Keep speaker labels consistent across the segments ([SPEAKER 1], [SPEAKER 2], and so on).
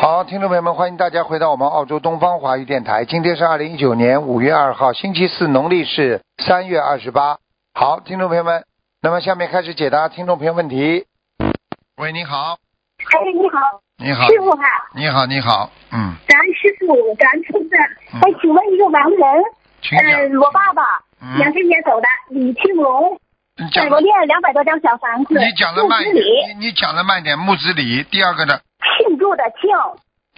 [SPEAKER 1] 好，听众朋友们，欢迎大家回到我们澳洲东方华语电台。今天是二零一九年五月二号，星期四，农历是三月二十八。好，听众朋友们，那么下面开始解答听众朋友问题。喂，你好，
[SPEAKER 2] 哎，你好，
[SPEAKER 1] 你好，
[SPEAKER 2] 师傅哈、
[SPEAKER 1] 你好，你好，嗯，
[SPEAKER 2] 咱师傅，咱出生。
[SPEAKER 1] 嗯
[SPEAKER 2] 哎，请问一个亡人，
[SPEAKER 1] 请讲
[SPEAKER 2] 呃，，我爸爸
[SPEAKER 1] 嗯
[SPEAKER 2] 两千年走的，李庆龙，
[SPEAKER 1] 你讲
[SPEAKER 2] 在国念两百多张小房子，
[SPEAKER 1] 你讲的慢一
[SPEAKER 2] 木子李，
[SPEAKER 1] 点，你你讲的慢一点。木子李，第二个的
[SPEAKER 2] 庆祝的庆，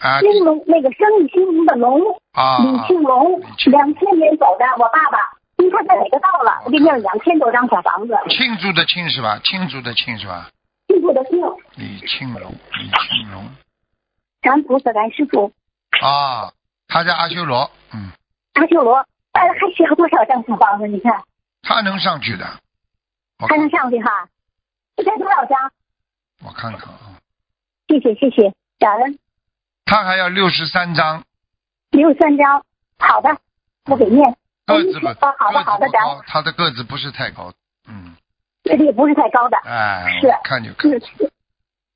[SPEAKER 1] 啊
[SPEAKER 2] 兴隆那个生意兴隆的隆，
[SPEAKER 1] 啊，
[SPEAKER 2] 李庆龙
[SPEAKER 1] 李庆，啊
[SPEAKER 2] 两千年走的，我爸爸。您看在哪个道了？
[SPEAKER 1] 我看
[SPEAKER 2] 我给念两千多张小房子，
[SPEAKER 1] 庆祝的庆是吧？庆祝的庆是吧？
[SPEAKER 2] 庆祝的庆，
[SPEAKER 1] 李庆龙，李庆龙
[SPEAKER 2] 咱菩萨，咱师傅，
[SPEAKER 1] 啊，他在阿修罗，嗯，
[SPEAKER 2] 阿修罗，哎，还需要多少张小房子？你看
[SPEAKER 1] 他能上去的。我
[SPEAKER 2] 还能
[SPEAKER 1] 看
[SPEAKER 2] 上去哈？这才多少张？
[SPEAKER 1] 我看看啊，
[SPEAKER 2] 谢谢谢谢，感恩。
[SPEAKER 1] 他还要六十三章，
[SPEAKER 2] 六三张，好的，我给念。
[SPEAKER 1] 个子不，个
[SPEAKER 2] 哎好的
[SPEAKER 1] 子
[SPEAKER 2] 好的
[SPEAKER 1] 不，
[SPEAKER 2] 咱
[SPEAKER 1] 高，他的个子不是太高，嗯，
[SPEAKER 2] 这个也不是太高的，
[SPEAKER 1] 哎，
[SPEAKER 2] 是
[SPEAKER 1] 我看就看
[SPEAKER 2] 是，是。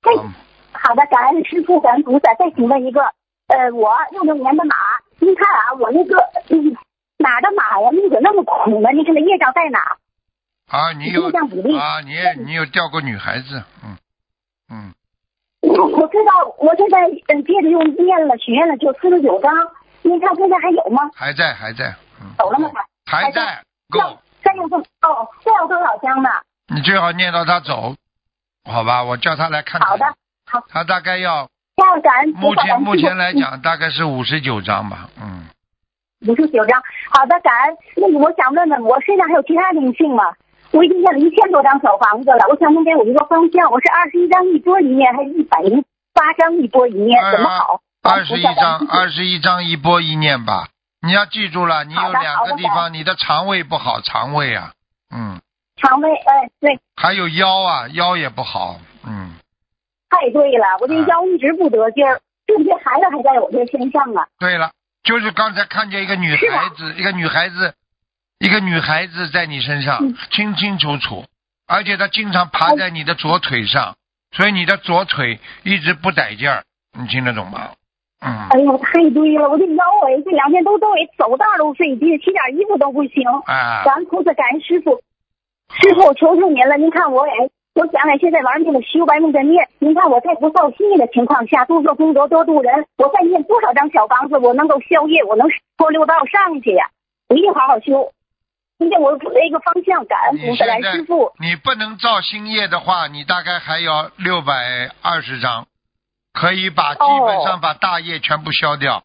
[SPEAKER 2] 哎，
[SPEAKER 1] 嗯
[SPEAKER 2] 好的，感恩师傅，感恩菩萨。再请问一个，呃，我六六年的马，您看啊，我那个嗯哪的马呀？那个那么苦呢？你看那业障在哪？
[SPEAKER 1] 啊，你有
[SPEAKER 2] 业障比例。
[SPEAKER 1] 啊，你也你有钓过女孩子，嗯嗯，
[SPEAKER 2] 我我知道，我现在嗯接着又念了许愿了，就四十九张。您看现在还有吗？
[SPEAKER 1] 还在还在，嗯，
[SPEAKER 2] 走了吗？
[SPEAKER 1] 还
[SPEAKER 2] 还
[SPEAKER 1] 在
[SPEAKER 2] 在
[SPEAKER 1] 够，
[SPEAKER 2] 再用多哦，再要多少张呢？
[SPEAKER 1] 你最好念到他走，好吧？我叫他来看看。
[SPEAKER 2] 好的，好。
[SPEAKER 1] 他大概要
[SPEAKER 2] 这样感恩菩
[SPEAKER 1] 目
[SPEAKER 2] 萨，感
[SPEAKER 1] 前
[SPEAKER 2] 恩
[SPEAKER 1] 目
[SPEAKER 2] 师
[SPEAKER 1] 前
[SPEAKER 2] 父
[SPEAKER 1] 来
[SPEAKER 2] 嗯
[SPEAKER 1] 讲大概是五十九章吧，嗯，
[SPEAKER 2] 五十九张，好的，感恩。那个我想问问，我身上还有其他灵性吗？我已经念了一千多张小房子了，我想能给我一个方向，我是二十一张一波一念，还是一百零八张一波一念，
[SPEAKER 1] 哎呀
[SPEAKER 2] 怎么好？啊
[SPEAKER 1] 二十一哎章
[SPEAKER 2] 好
[SPEAKER 1] 二十一章一波一念吧。你要记住了，你有
[SPEAKER 2] 好的
[SPEAKER 1] 两个地
[SPEAKER 2] 好
[SPEAKER 1] 方，你的肠胃不好，肠胃啊，嗯，
[SPEAKER 2] 肠胃，哎，对，
[SPEAKER 1] 还有腰啊，腰也不好，嗯，
[SPEAKER 2] 太对了，我这
[SPEAKER 1] 嗯
[SPEAKER 2] 腰一直不得劲儿，是不是孩子还在我这身上啊？
[SPEAKER 1] 对了，就是刚才看见一个女
[SPEAKER 2] 是吧
[SPEAKER 1] 孩子，一个女孩子，一个女孩子在你身上
[SPEAKER 2] 嗯
[SPEAKER 1] 清清楚楚，而且她经常爬在你的左腿上，所以你的左腿一直不得劲儿，你听得懂吗？嗯，
[SPEAKER 2] 哎呦，太对了，我这腰哎，这两天都都哎，走道都费劲，洗点衣服都不行。
[SPEAKER 1] 啊，
[SPEAKER 2] 咱菩萨，感恩师傅，师傅，我求求您了，您看我也，我想想，现在玩命的修，玩命的念，您看我在不造业的情况下，多做功德，多度人，我再念多少张小房子，我能够消业，我能脱六道上去呀、我一定好好修。您给我给一个方向，感恩菩萨，感恩师傅。
[SPEAKER 1] 你不能造新业的话，你大概还要六百二十张，可以把基本上把大业全部消掉。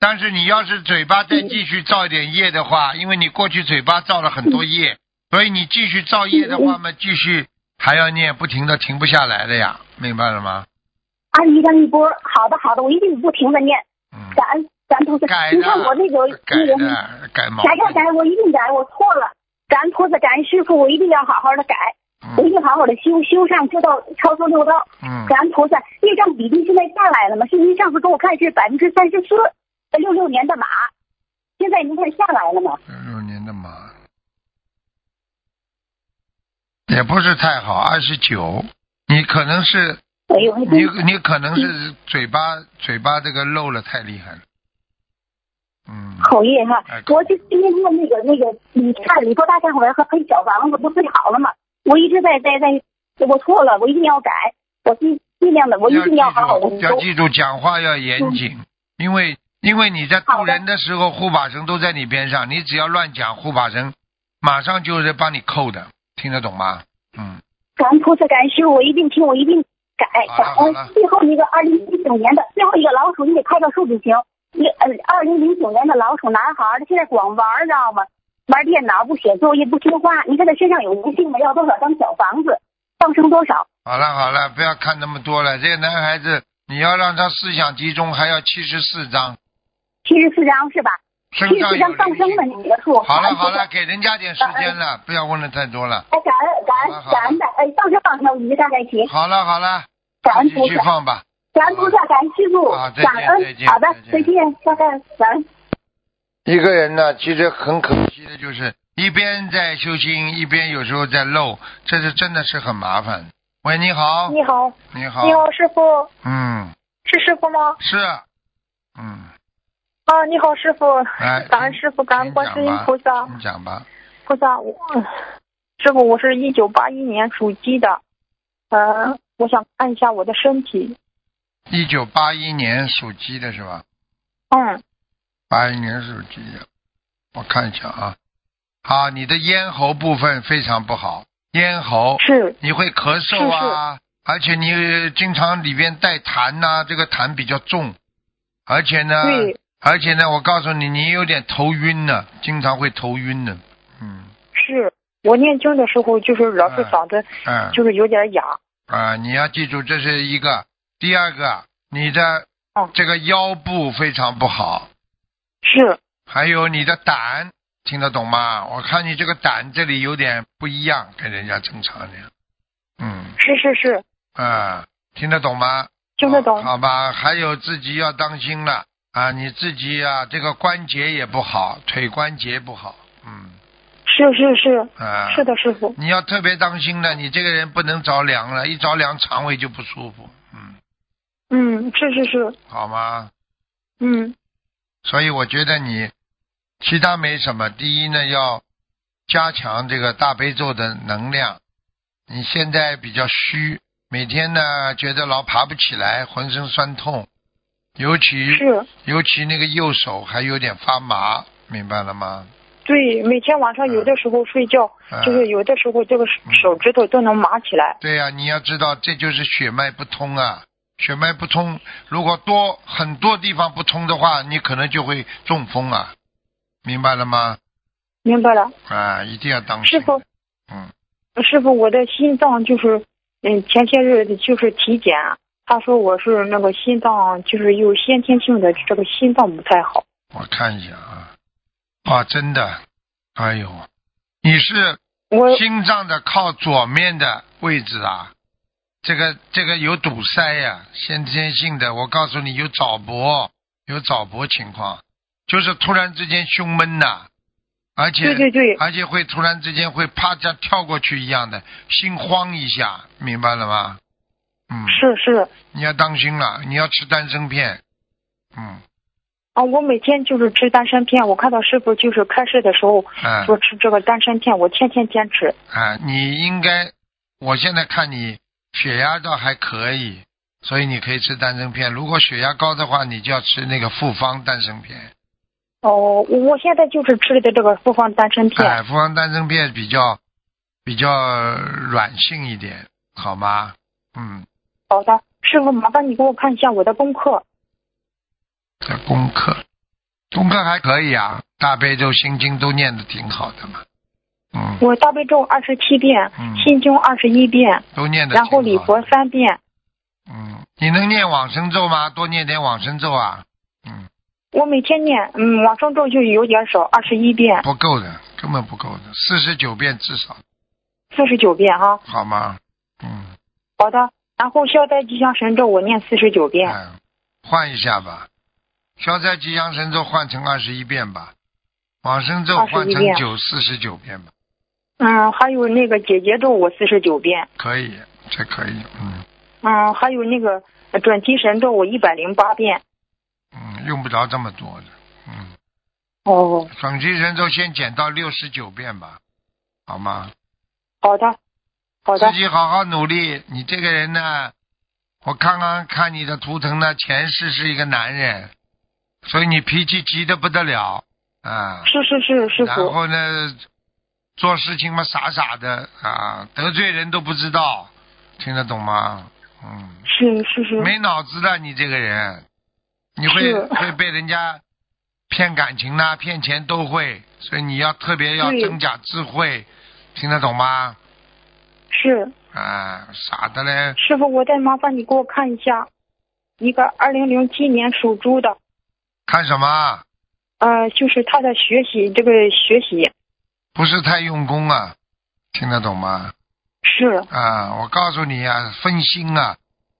[SPEAKER 1] 但是你要是嘴巴再继续造一点业的话，因为你过去嘴巴造了很多业，所以你继续造业的话嘛，继续还要念，不停的停不下来的呀，明白了吗？
[SPEAKER 2] 阿姨张一波，好的好的，我一定不停的念，
[SPEAKER 1] 嗯，
[SPEAKER 2] 感恩感恩菩萨。
[SPEAKER 1] 改
[SPEAKER 2] 您看我
[SPEAKER 1] 的
[SPEAKER 2] 那个，
[SPEAKER 1] 改
[SPEAKER 2] 那个
[SPEAKER 1] 的改毛
[SPEAKER 2] 改改
[SPEAKER 1] 病，
[SPEAKER 2] 改，我一定改，我错了。感恩菩萨，感恩师傅，我一定要好好的改，我
[SPEAKER 1] 嗯
[SPEAKER 2] 一定好好的修，修上修到超出六道。
[SPEAKER 1] 嗯，
[SPEAKER 2] 感恩菩萨，业障比例现在下来了吗？是您上次给我看是百分之三十四，六六年的马，现在您看下来了吗？
[SPEAKER 1] 六六年的马，也不是太好，二十九。你可能是
[SPEAKER 2] 哎呦，还真
[SPEAKER 1] 你你可能
[SPEAKER 2] 嗯
[SPEAKER 1] 是嘴巴嘴巴这个漏了太厉害了，嗯，
[SPEAKER 2] 口业哈
[SPEAKER 1] 哎！
[SPEAKER 2] 我就今天念那个那个，你看你说大忏悔文和配小房子不最好了吗？我一直在在在，我错了，我一定要改，我尽尽量的，我一定
[SPEAKER 1] 要
[SPEAKER 2] 好好嗯的
[SPEAKER 1] 记住，要
[SPEAKER 2] 修。
[SPEAKER 1] 记住讲话要严谨，因为因为你在渡人的时候护法神都在你边上，你只要乱讲，护法神马上就是帮你扣的，听得懂吗？嗯，
[SPEAKER 2] 感恩菩萨，感恩师傅，我一定听，我一定改。感
[SPEAKER 1] 好了
[SPEAKER 2] 恩
[SPEAKER 1] 好了
[SPEAKER 2] 最后一个二零一九年的最后一个老鼠，你得开到数字行。一呃，二零零九年的老鼠男孩儿，他现在光玩儿，知道吗？玩电脑不写作业不听话，你看他身上有灵性吗？要多少张小房子？放生多少？
[SPEAKER 1] 好了好了，不要看那么多了，这个男孩子你要让他思想集中，还要七十四章，
[SPEAKER 2] 七十四张是吧？
[SPEAKER 1] 身
[SPEAKER 2] 七十
[SPEAKER 1] 上
[SPEAKER 2] 四
[SPEAKER 1] 有
[SPEAKER 2] 张放
[SPEAKER 1] 灵
[SPEAKER 2] 生
[SPEAKER 1] 性
[SPEAKER 2] 的你的数。
[SPEAKER 1] 好了
[SPEAKER 2] 感恩菩
[SPEAKER 1] 好
[SPEAKER 2] 萨
[SPEAKER 1] 了，。给人家
[SPEAKER 2] 嗯
[SPEAKER 1] 点时间了，不要问的太多了。
[SPEAKER 2] 哎，感恩感
[SPEAKER 1] 好了好了
[SPEAKER 2] 恩感恩的，哎，放生放生，我们就站在一起。
[SPEAKER 1] 好了好了，
[SPEAKER 2] 感恩
[SPEAKER 1] 继
[SPEAKER 2] 菩
[SPEAKER 1] 续
[SPEAKER 2] 萨，
[SPEAKER 1] 放吧。
[SPEAKER 2] 感恩菩萨，感恩师傅
[SPEAKER 1] 好，再见
[SPEAKER 2] 感
[SPEAKER 1] 再
[SPEAKER 2] 恩
[SPEAKER 1] 见。
[SPEAKER 2] 好的
[SPEAKER 1] 再，见
[SPEAKER 2] 再见，下拜，感恩。
[SPEAKER 1] 一个人呢，其实很可惜的就是一边在修心，一边有时候在漏，这是真的是很麻烦。喂，你好，哦
[SPEAKER 2] 你好，
[SPEAKER 1] 你好，
[SPEAKER 2] 师傅。
[SPEAKER 1] 嗯，
[SPEAKER 3] 是师傅吗？
[SPEAKER 1] 是，嗯，
[SPEAKER 3] 啊，你好，师傅。
[SPEAKER 1] 哎，
[SPEAKER 3] 感恩师傅，感恩
[SPEAKER 1] 您
[SPEAKER 3] 观世音
[SPEAKER 1] 讲吧嗯
[SPEAKER 3] 菩萨。
[SPEAKER 1] 你讲吧，
[SPEAKER 3] 菩萨，我师傅，我是一九八一年属鸡的，呃，我想看一下我的身体。
[SPEAKER 1] 一九八一年属鸡的是吧？
[SPEAKER 3] 嗯，
[SPEAKER 1] 八一年属鸡的，我看一下啊，啊，你的咽喉部分非常不好，咽喉
[SPEAKER 3] 是
[SPEAKER 1] 你会咳嗽啊，而且你经常里边带痰呐、这个痰比较重，而且呢，
[SPEAKER 3] 对，
[SPEAKER 1] 而且呢，我告诉你，你有点头晕呢，经常会头晕呢，嗯，
[SPEAKER 3] 是我念经的时候，就是老是
[SPEAKER 1] 嗯
[SPEAKER 3] 嗓子
[SPEAKER 1] 哎、
[SPEAKER 3] 就是有点哑。
[SPEAKER 1] 啊，你要记住，这是一个。第二个，你的
[SPEAKER 3] 哦
[SPEAKER 1] 这个腰部非常不好，
[SPEAKER 3] 是
[SPEAKER 1] 还有你的胆，听得懂吗？我看你这个胆这里有点不一样，跟人家正常的。嗯
[SPEAKER 3] 是是是，
[SPEAKER 1] 啊，听得懂吗？
[SPEAKER 3] 听得懂
[SPEAKER 1] 好。好吧，还有自己要当心了啊，你自己啊，这个关节也不好，腿关节不好。嗯
[SPEAKER 3] 是是是，
[SPEAKER 1] 啊，
[SPEAKER 3] 是。的，师傅。
[SPEAKER 1] 你要特别当心了，你这个人不能着凉了，一着凉肠胃就不舒服。嗯，
[SPEAKER 3] 嗯，是是是，
[SPEAKER 1] 好吗？
[SPEAKER 3] 嗯
[SPEAKER 1] 所以我觉得你其他没什么。第一呢，要加强这个大悲咒的能量。你现在比较虚，每天呢觉得老爬不起来，浑身酸痛，尤其
[SPEAKER 3] 是，
[SPEAKER 1] 尤其那个右手还有点发麻，明白了吗？
[SPEAKER 3] 对，每天晚上有的时候睡觉，
[SPEAKER 1] 嗯
[SPEAKER 3] 就是有的时候这个手手指头都能麻起来。
[SPEAKER 1] 对呀、你要知道这就是血脉不通啊。血脉不通，如果多很多地方不通的话，你可能就会中风啊，明白了吗？
[SPEAKER 3] 明白了，
[SPEAKER 1] 啊，一定要当心。
[SPEAKER 3] 师傅，
[SPEAKER 1] 嗯，
[SPEAKER 3] 师傅，我的心脏就是，嗯，前些日子就是体检，啊他说我是那个心脏就是有先天性的这个心脏不太好。
[SPEAKER 1] 我看一下啊，啊，真的，哎呦，你是
[SPEAKER 3] 我
[SPEAKER 1] 心脏的靠左面的位置啊，这个这个有堵塞呀、先天性的，我告诉你有早搏，有早搏情况，就是突然之间胸闷呐、而且
[SPEAKER 3] 对对对，
[SPEAKER 1] 而且会突然之间会啪这样跳过去一样的，心慌一下，明白了吗？嗯，
[SPEAKER 3] 是是
[SPEAKER 1] 你要当心了，你要吃丹参片，嗯，
[SPEAKER 3] 啊，我每天就是吃丹参片，我看到师傅就是开示的时候
[SPEAKER 1] 哎、
[SPEAKER 3] 说吃这个丹参片，我天天坚持。
[SPEAKER 1] 啊，你应该，我现在看你血压倒还可以，所以你可以吃丹参片。如果血压高的话，你就要吃那个复方丹参片。
[SPEAKER 3] 哦，我我现在就是吃的这个复方丹参片。
[SPEAKER 1] 哎，复方丹参片比较比较软性一点，好吗？嗯，
[SPEAKER 3] 好的，师傅，麻烦你给我看一下我的功课。
[SPEAKER 1] 这功课，功课还可以啊，大悲咒、心经都念的挺好的嘛。嗯，
[SPEAKER 3] 我大悲咒二十七遍，
[SPEAKER 1] 嗯
[SPEAKER 3] 心经二十一遍，
[SPEAKER 1] 都念的。
[SPEAKER 3] 然后礼佛。三遍。
[SPEAKER 1] 嗯，你能念往生咒吗？多念点往生咒啊。嗯，
[SPEAKER 3] 我每天念，嗯，往生咒就有点少，二十一遍，
[SPEAKER 1] 不够的，根本不够的，四十九遍至少。
[SPEAKER 3] 四十九遍啊。
[SPEAKER 1] 好吗？嗯，
[SPEAKER 3] 好的，然后消灾吉祥神咒我念四十九遍。
[SPEAKER 1] 哎，换一下吧。消灾吉祥神咒换成二十一遍吧，往生咒换
[SPEAKER 3] 21
[SPEAKER 1] 成
[SPEAKER 3] 遍
[SPEAKER 1] 九四十九遍吧，
[SPEAKER 3] 嗯，还有那个解结咒我四十九遍，
[SPEAKER 1] 可以，这可以，嗯
[SPEAKER 3] 嗯，还有那个呃准提神咒我一百零八遍。
[SPEAKER 1] 嗯，用不着这么多的，嗯，
[SPEAKER 3] 哦，
[SPEAKER 1] 准提神咒先减到六十九遍吧，好吗？
[SPEAKER 3] 好的，好的
[SPEAKER 1] 自，己好好努力，你这个人呢，我刚刚看你的图腾呢，前世是一个男人，所以你脾气急得不得了啊。
[SPEAKER 3] 是是是，师
[SPEAKER 1] 然
[SPEAKER 3] 傅，
[SPEAKER 1] 后呢，做事情嘛傻傻的啊，得罪人都不知道，听得懂吗？嗯，
[SPEAKER 3] 是是是，
[SPEAKER 1] 没脑子的你这个人，你会
[SPEAKER 3] 是
[SPEAKER 1] 会被人家骗感情呐、骗钱都会，所以你要特别要
[SPEAKER 3] 对
[SPEAKER 1] 增加智慧，听得懂吗？
[SPEAKER 3] 是
[SPEAKER 1] 啊，傻的嘞，
[SPEAKER 3] 师傅，我再麻烦你给我看一下，一个二零零七年属猪的，
[SPEAKER 1] 看什么？
[SPEAKER 4] 啊
[SPEAKER 3] 呃，就是他的学习，这个学习
[SPEAKER 1] 不是太用功啊，听得懂吗？
[SPEAKER 3] 是
[SPEAKER 1] 啊，我告诉你啊，分心啊，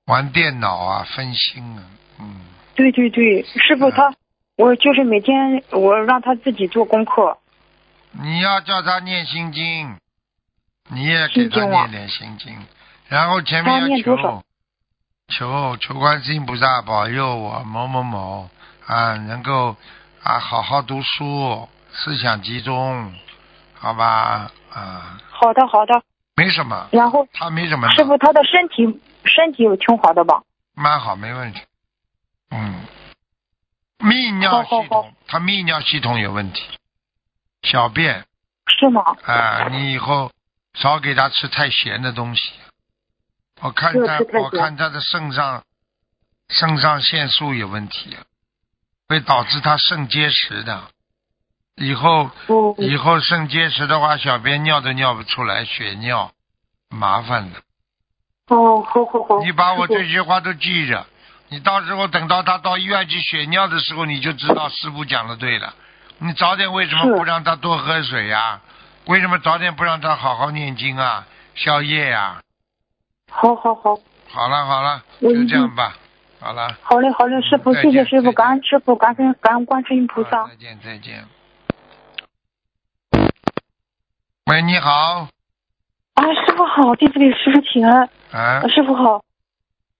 [SPEAKER 1] 玩电脑啊，分心啊，嗯。
[SPEAKER 3] 对对对，师
[SPEAKER 1] 嗯
[SPEAKER 3] 傅他，我就是每天我让他自己做功课，
[SPEAKER 1] 你要叫他念心经，你也给
[SPEAKER 3] 心
[SPEAKER 1] 他
[SPEAKER 3] 经啊
[SPEAKER 1] 念点心经，然后前面
[SPEAKER 3] 他
[SPEAKER 1] 要
[SPEAKER 3] 念多少
[SPEAKER 1] 求，求求观世音菩萨保佑我某某某啊，能够啊好好读书，思想集中，好吧啊，
[SPEAKER 4] 好的，好的。
[SPEAKER 1] 没什么，
[SPEAKER 4] 然后
[SPEAKER 1] 他没什么
[SPEAKER 4] 师
[SPEAKER 1] 的，
[SPEAKER 4] 傅他的身体身体有挺好的吧？
[SPEAKER 1] 蛮好，没问题。嗯，泌尿系
[SPEAKER 4] 好
[SPEAKER 1] 统，
[SPEAKER 4] 好好
[SPEAKER 1] 他泌尿系统有问题，小便
[SPEAKER 4] 是吗？
[SPEAKER 1] 啊，你以后少给他吃太咸的东西。我看
[SPEAKER 4] 没有
[SPEAKER 1] 他
[SPEAKER 4] 吃，太
[SPEAKER 1] 我
[SPEAKER 4] 咸
[SPEAKER 1] 看他的肾上肾上腺素有问题，会导致他肾结石的。以后
[SPEAKER 4] 不，
[SPEAKER 1] 以后肾结石的话，小便尿都尿不出来，血尿，麻烦的。
[SPEAKER 4] 哦，好好好。
[SPEAKER 1] 你把我
[SPEAKER 4] 师傅
[SPEAKER 1] 这句话都记着，你到时候等到他到医院去血尿的时候，你就知道师傅讲的对了。你早点为什么
[SPEAKER 4] 是
[SPEAKER 1] 不让他多喝水呀、为什么早点不让他好好念经啊、宵夜呀、
[SPEAKER 4] 好好好，
[SPEAKER 1] 好了好了，就这样吧，好了，
[SPEAKER 4] 好嘞好嘞，师傅
[SPEAKER 1] 嗯再
[SPEAKER 4] 谢
[SPEAKER 1] 见
[SPEAKER 4] 谢师傅，
[SPEAKER 1] 再见啊
[SPEAKER 4] 感恩师傅，感恩感恩观世音菩萨。
[SPEAKER 1] 好再见再见。喂，你好，
[SPEAKER 3] 啊，师傅好，弟子给师傅请安。
[SPEAKER 1] 啊
[SPEAKER 3] 呃，师傅好，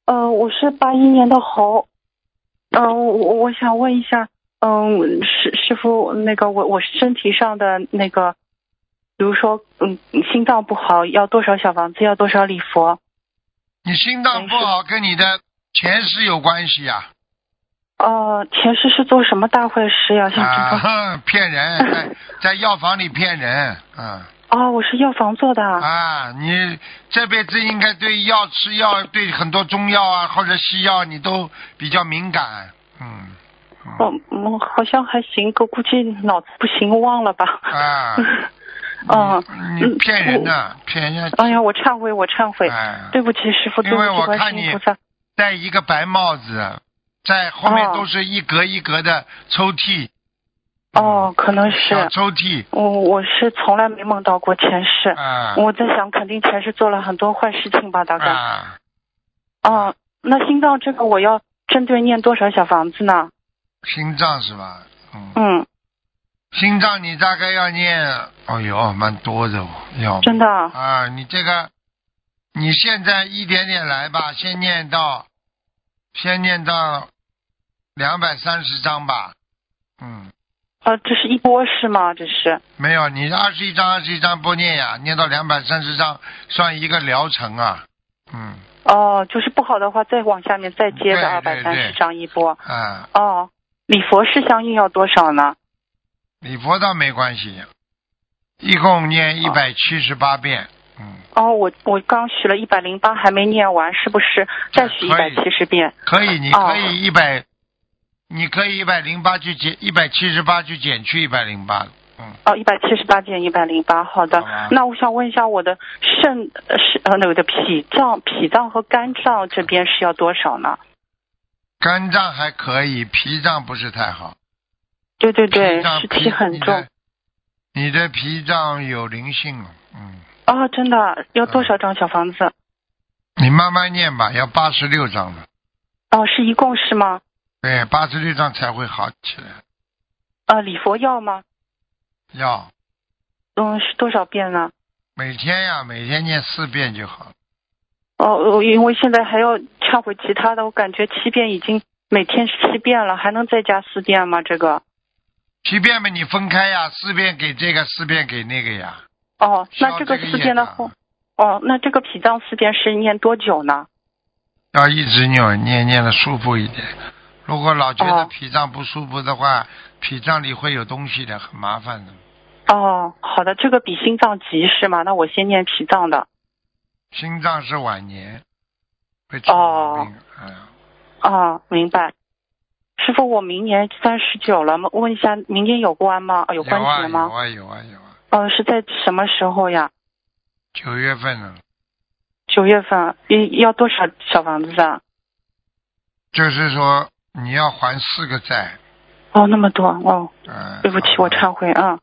[SPEAKER 3] 呃，我是八一年的猴，呃，我我我想问一下，嗯、师师傅，那个我我身体上的那个，比如说，嗯，心脏不好，要多少小房子，要多少礼佛？
[SPEAKER 1] 你心脏不好跟你的前世有关系啊呀、
[SPEAKER 3] 呃，前世是做什么大坏事呀？想知
[SPEAKER 1] 啊，
[SPEAKER 3] 道。
[SPEAKER 1] 哼骗人，在在药房里骗人，嗯。
[SPEAKER 3] 哦，我是药房做的。啊。
[SPEAKER 1] 啊，你这辈子应该对药吃药，对很多中药啊或者西药你都比较敏感，嗯，
[SPEAKER 3] 我我哦嗯好像还行，我估计脑子不行，忘了吧。
[SPEAKER 1] 啊，
[SPEAKER 3] 嗯，
[SPEAKER 1] 你
[SPEAKER 3] 嗯
[SPEAKER 1] 骗人呢、骗人家，
[SPEAKER 3] 哎呀，我忏悔，我忏悔。
[SPEAKER 1] 哎，
[SPEAKER 3] 对不起，师傅，
[SPEAKER 1] 因
[SPEAKER 3] 对
[SPEAKER 1] 为
[SPEAKER 3] 不
[SPEAKER 1] 我
[SPEAKER 3] 起，观
[SPEAKER 1] 看
[SPEAKER 3] 世
[SPEAKER 1] 你
[SPEAKER 3] 音菩萨。
[SPEAKER 1] 戴一个白帽子，在后面
[SPEAKER 3] 哦
[SPEAKER 1] 都是一格一格的抽屉，嗯
[SPEAKER 3] 哦，可能是
[SPEAKER 1] 小抽屉，
[SPEAKER 3] 我，我是从来没梦到过前世。
[SPEAKER 1] 啊
[SPEAKER 3] 我在想，肯定前世做了很多坏事情吧，大概。
[SPEAKER 1] 啊，
[SPEAKER 3] 哦，那心脏这个我要针对念多少小房子呢？
[SPEAKER 1] 心脏是吧？嗯，
[SPEAKER 3] 嗯，
[SPEAKER 1] 心脏你大概要念，哎呦，蛮多的哦，要
[SPEAKER 3] 真的啊。
[SPEAKER 1] 啊，你这个，你现在一点点来吧，先念到，先念到两百三十章吧。嗯，
[SPEAKER 3] 呃，这是一波是吗？这是。
[SPEAKER 1] 没有，你二十一章二十一章不念呀，念到两百三十章算一个疗程啊。嗯，
[SPEAKER 3] 哦，就是不好的话，再往下面再接个二
[SPEAKER 1] 对对对
[SPEAKER 3] 百三十张一波。
[SPEAKER 1] 啊，
[SPEAKER 3] 哦，礼佛是相应要多少呢？
[SPEAKER 1] 礼佛倒没关系，一共念一百七十八遍。嗯，
[SPEAKER 3] 哦，我我刚许了一百零八，还没念完，是不是再许一
[SPEAKER 1] 可
[SPEAKER 3] 百
[SPEAKER 1] 以
[SPEAKER 3] 七十遍？
[SPEAKER 1] 可以，你
[SPEAKER 3] 哦
[SPEAKER 1] 可以一百、你可以一百零八去减一百七十八去减去一百零八。嗯，
[SPEAKER 3] 哦，一百七十八减一百零八，好的
[SPEAKER 1] 好啊吧。
[SPEAKER 3] 那我想问一下，我的肾呃是呃那个的脾脏、脾脏和肝脏这边是要多少呢？
[SPEAKER 1] 肝脏还可以，脾脏不是太好。
[SPEAKER 3] 对对对
[SPEAKER 1] 脾，脏
[SPEAKER 3] 湿
[SPEAKER 1] 脾
[SPEAKER 3] 气很重。
[SPEAKER 1] 你的。你的脾脏有灵性了，嗯，
[SPEAKER 3] 啊、真的要多少张小房子？
[SPEAKER 1] 你慢慢念吧，要八十六章了，
[SPEAKER 3] 哦，是一共是吗？
[SPEAKER 1] 对，八十六章才会好起来。
[SPEAKER 3] 呃，礼佛要吗？
[SPEAKER 1] 要
[SPEAKER 3] 嗯，是多少遍呢？
[SPEAKER 1] 每天呀，每天念四遍就好了。
[SPEAKER 3] 哦，我因为现在还要忏悔其他的，我感觉七遍已经每天是七遍了，还能再加四遍吗？这个？
[SPEAKER 1] 七遍嘛，你分开呀，四遍给这个，四遍给那个呀。
[SPEAKER 3] 哦，那
[SPEAKER 1] 消
[SPEAKER 3] 这个
[SPEAKER 1] 这个
[SPEAKER 3] 四
[SPEAKER 1] 业
[SPEAKER 3] 遍的
[SPEAKER 1] 障
[SPEAKER 3] 话，哦，那这个脾脏四遍是念多久呢？
[SPEAKER 1] 要一直念，念念的舒服一点。如果老觉得
[SPEAKER 3] 哦
[SPEAKER 1] 脾脏不舒服的话，脾脏里会有东西的，很麻烦的。
[SPEAKER 3] 哦，好的，这个比心脏急是吗？那我先念脾脏的。
[SPEAKER 1] 心脏是晚年会出
[SPEAKER 3] 哦
[SPEAKER 1] 毛病，嗯。
[SPEAKER 3] 啊，明白。师傅，我明年三十九了，问一下，明年有关吗？啊、有关节吗？
[SPEAKER 1] 有啊有啊有啊有啊，
[SPEAKER 3] 呃，是在什么时候呀？
[SPEAKER 1] 九月份呢，
[SPEAKER 3] 九月份，一要多少小房子啊？
[SPEAKER 1] 就是说你要还四个债，
[SPEAKER 3] 哦，那么多哦，
[SPEAKER 1] 嗯。
[SPEAKER 3] 对不起，我
[SPEAKER 1] 差。
[SPEAKER 3] 忏悔啊。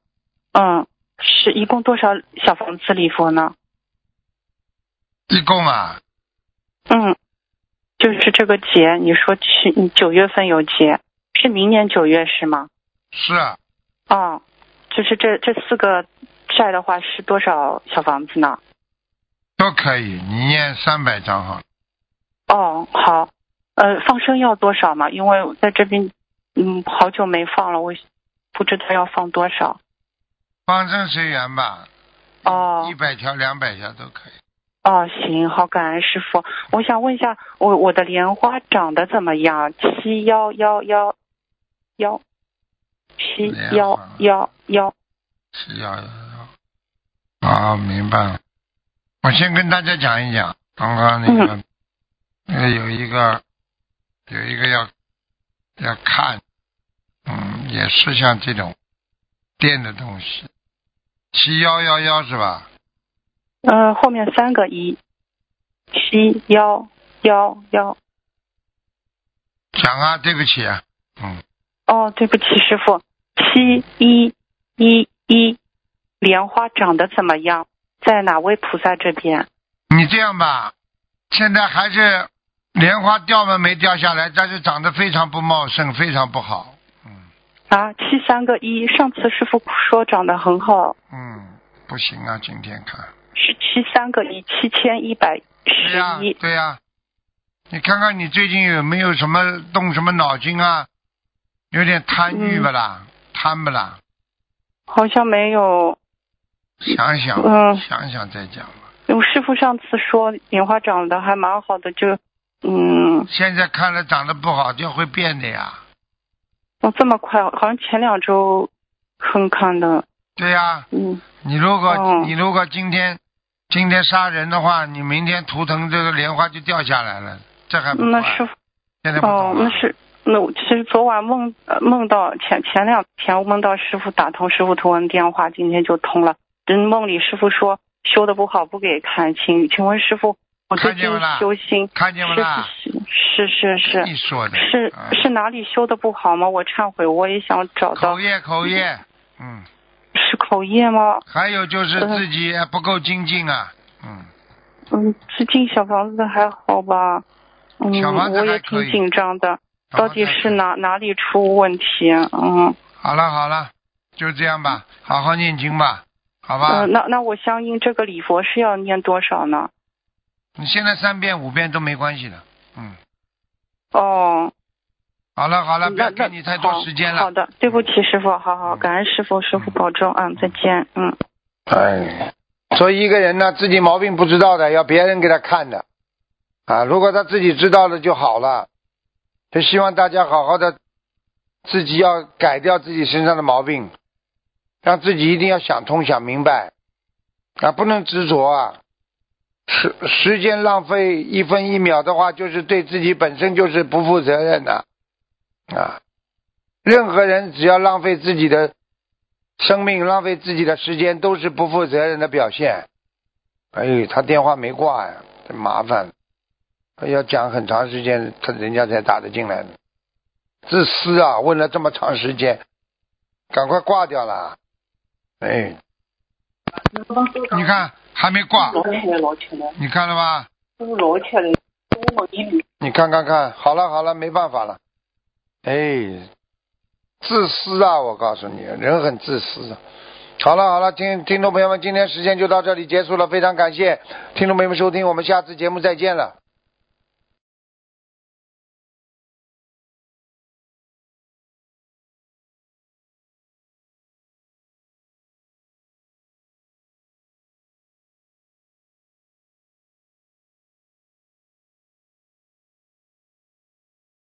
[SPEAKER 3] 嗯，是一共多少小房子礼佛呢？
[SPEAKER 1] 一共啊，
[SPEAKER 3] 嗯，就是这个节，你说去你九月份有节，是明年九月是吗？
[SPEAKER 1] 是啊，
[SPEAKER 3] 哦，就是这这四个债的话是多少小房子呢？
[SPEAKER 1] 都可以，你念三百张哈，
[SPEAKER 3] 哦，好，呃，放生要多少嘛？因为我在这边，嗯，好久没放了，我不知道要放多少。
[SPEAKER 1] 放生随缘吧，
[SPEAKER 3] 哦
[SPEAKER 1] 嗯一百条、两百条都可以。
[SPEAKER 3] 哦，行，好，感恩师傅。我想问一下，我我的莲花长得怎么样？七幺幺幺幺，七幺幺幺。
[SPEAKER 1] 是要要要。啊，明白了。我先跟大家讲一讲，刚刚那个，那个有一个，有一个要要看，嗯，也是像这种电的东西，七幺幺幺是吧？
[SPEAKER 3] 嗯，后面三个一，七幺幺幺。
[SPEAKER 1] 讲啊，对不起啊，嗯，
[SPEAKER 3] 哦，对不起，师傅，七一一一，莲花长得怎么样？在哪位菩萨这边？
[SPEAKER 1] 你这样吧，现在还是莲花掉嘛没掉下来，但是长得非常不茂盛，非常不好，嗯
[SPEAKER 3] 啊，七三个一，上次师傅说长得很好，
[SPEAKER 1] 嗯，不行啊，今天看。
[SPEAKER 3] 是七三个一，七千一百
[SPEAKER 1] 对呀、
[SPEAKER 3] 十一。
[SPEAKER 1] 对呀、你看看你最近有没有什么动什么脑筋啊？有点贪欲不
[SPEAKER 3] 嗯
[SPEAKER 1] 啦？贪不啦？
[SPEAKER 3] 好像没有，
[SPEAKER 1] 想想，
[SPEAKER 3] 嗯
[SPEAKER 1] 想想再讲吧。
[SPEAKER 3] 因为师傅上次说莲花长得还蛮好的，就，嗯，
[SPEAKER 1] 现在看了长得不好，就会变的呀。
[SPEAKER 3] 哦，这么快，好像前两周看看的，
[SPEAKER 1] 对呀、
[SPEAKER 3] 嗯，
[SPEAKER 1] 你如果、
[SPEAKER 3] 哦
[SPEAKER 1] 你如果今天今天杀人的话，你明天图腾这个莲花就掉下来了，这还不
[SPEAKER 3] 那
[SPEAKER 1] 快
[SPEAKER 3] 师
[SPEAKER 1] 现在
[SPEAKER 3] 傅，
[SPEAKER 1] 不
[SPEAKER 3] 哦，
[SPEAKER 1] 懂
[SPEAKER 3] 那
[SPEAKER 1] 啊。
[SPEAKER 3] 是，那我其实昨晚梦呃梦到前前两天我梦到师傅打通师傅图文电话，今天就通了。嗯，梦里师傅说修的不好不给看清，请问师傅，我最
[SPEAKER 1] 看
[SPEAKER 3] 近
[SPEAKER 1] 见不啦
[SPEAKER 3] 修心
[SPEAKER 1] 看见不啦？
[SPEAKER 3] 是是是是
[SPEAKER 1] 你说的
[SPEAKER 3] 是
[SPEAKER 1] 啊
[SPEAKER 3] 是哪里修的不好吗？我忏悔，我也想找到
[SPEAKER 1] 嗯口业口业，嗯，
[SPEAKER 3] 是口业吗？
[SPEAKER 1] 还有就是
[SPEAKER 3] 嗯
[SPEAKER 1] 自己不够精进啊，嗯。
[SPEAKER 3] 嗯，最近小房子还好吧？嗯，
[SPEAKER 1] 小房子
[SPEAKER 3] 我
[SPEAKER 1] 还
[SPEAKER 3] 也
[SPEAKER 1] 可以
[SPEAKER 3] 挺紧张的，
[SPEAKER 1] 好
[SPEAKER 3] 到底是？哪哪里出问题？嗯。
[SPEAKER 1] 好了好了，就这样吧，好好念经吧，好吧？
[SPEAKER 3] 呃，那那我相应这个礼佛是要念多少呢？
[SPEAKER 1] 你现在三遍五遍都没关系的，嗯。
[SPEAKER 3] 哦，
[SPEAKER 1] 好了好了，不
[SPEAKER 3] 那
[SPEAKER 1] 要
[SPEAKER 3] 那
[SPEAKER 1] 给你太多时间
[SPEAKER 3] 好。好
[SPEAKER 1] 了。嗯
[SPEAKER 3] 的，对不起，师傅，好好，感恩师傅，师傅保重，嗯，再见，嗯，
[SPEAKER 1] 哎，所以一个人呢，自己毛病不知道的，要别人给他看的，啊，如果他自己知道了就好了。就希望大家好好的，自己要改掉自己身上的毛病，让自己一定要想通想明白，啊，不能执着啊。时时间浪费一分一秒的话，就是对自己本身就是不负责任的，啊，任何人只要浪费自己的生命浪费自己的时间都是不负责任的表现。哎呦，他电话没挂呀，真麻烦了。哎要讲很长时间，他人家才打得进来呢。自私啊，问了这么长时间，赶快挂掉了。哎，你看还没挂，你看了吧？你看看看，好了好了，没办法了。哎，自私啊！我告诉你，人很自私。啊好了好了，听听众朋友们，今天时间就到这里结束了，非常感谢听众朋友们收听，我们下次节目再见了。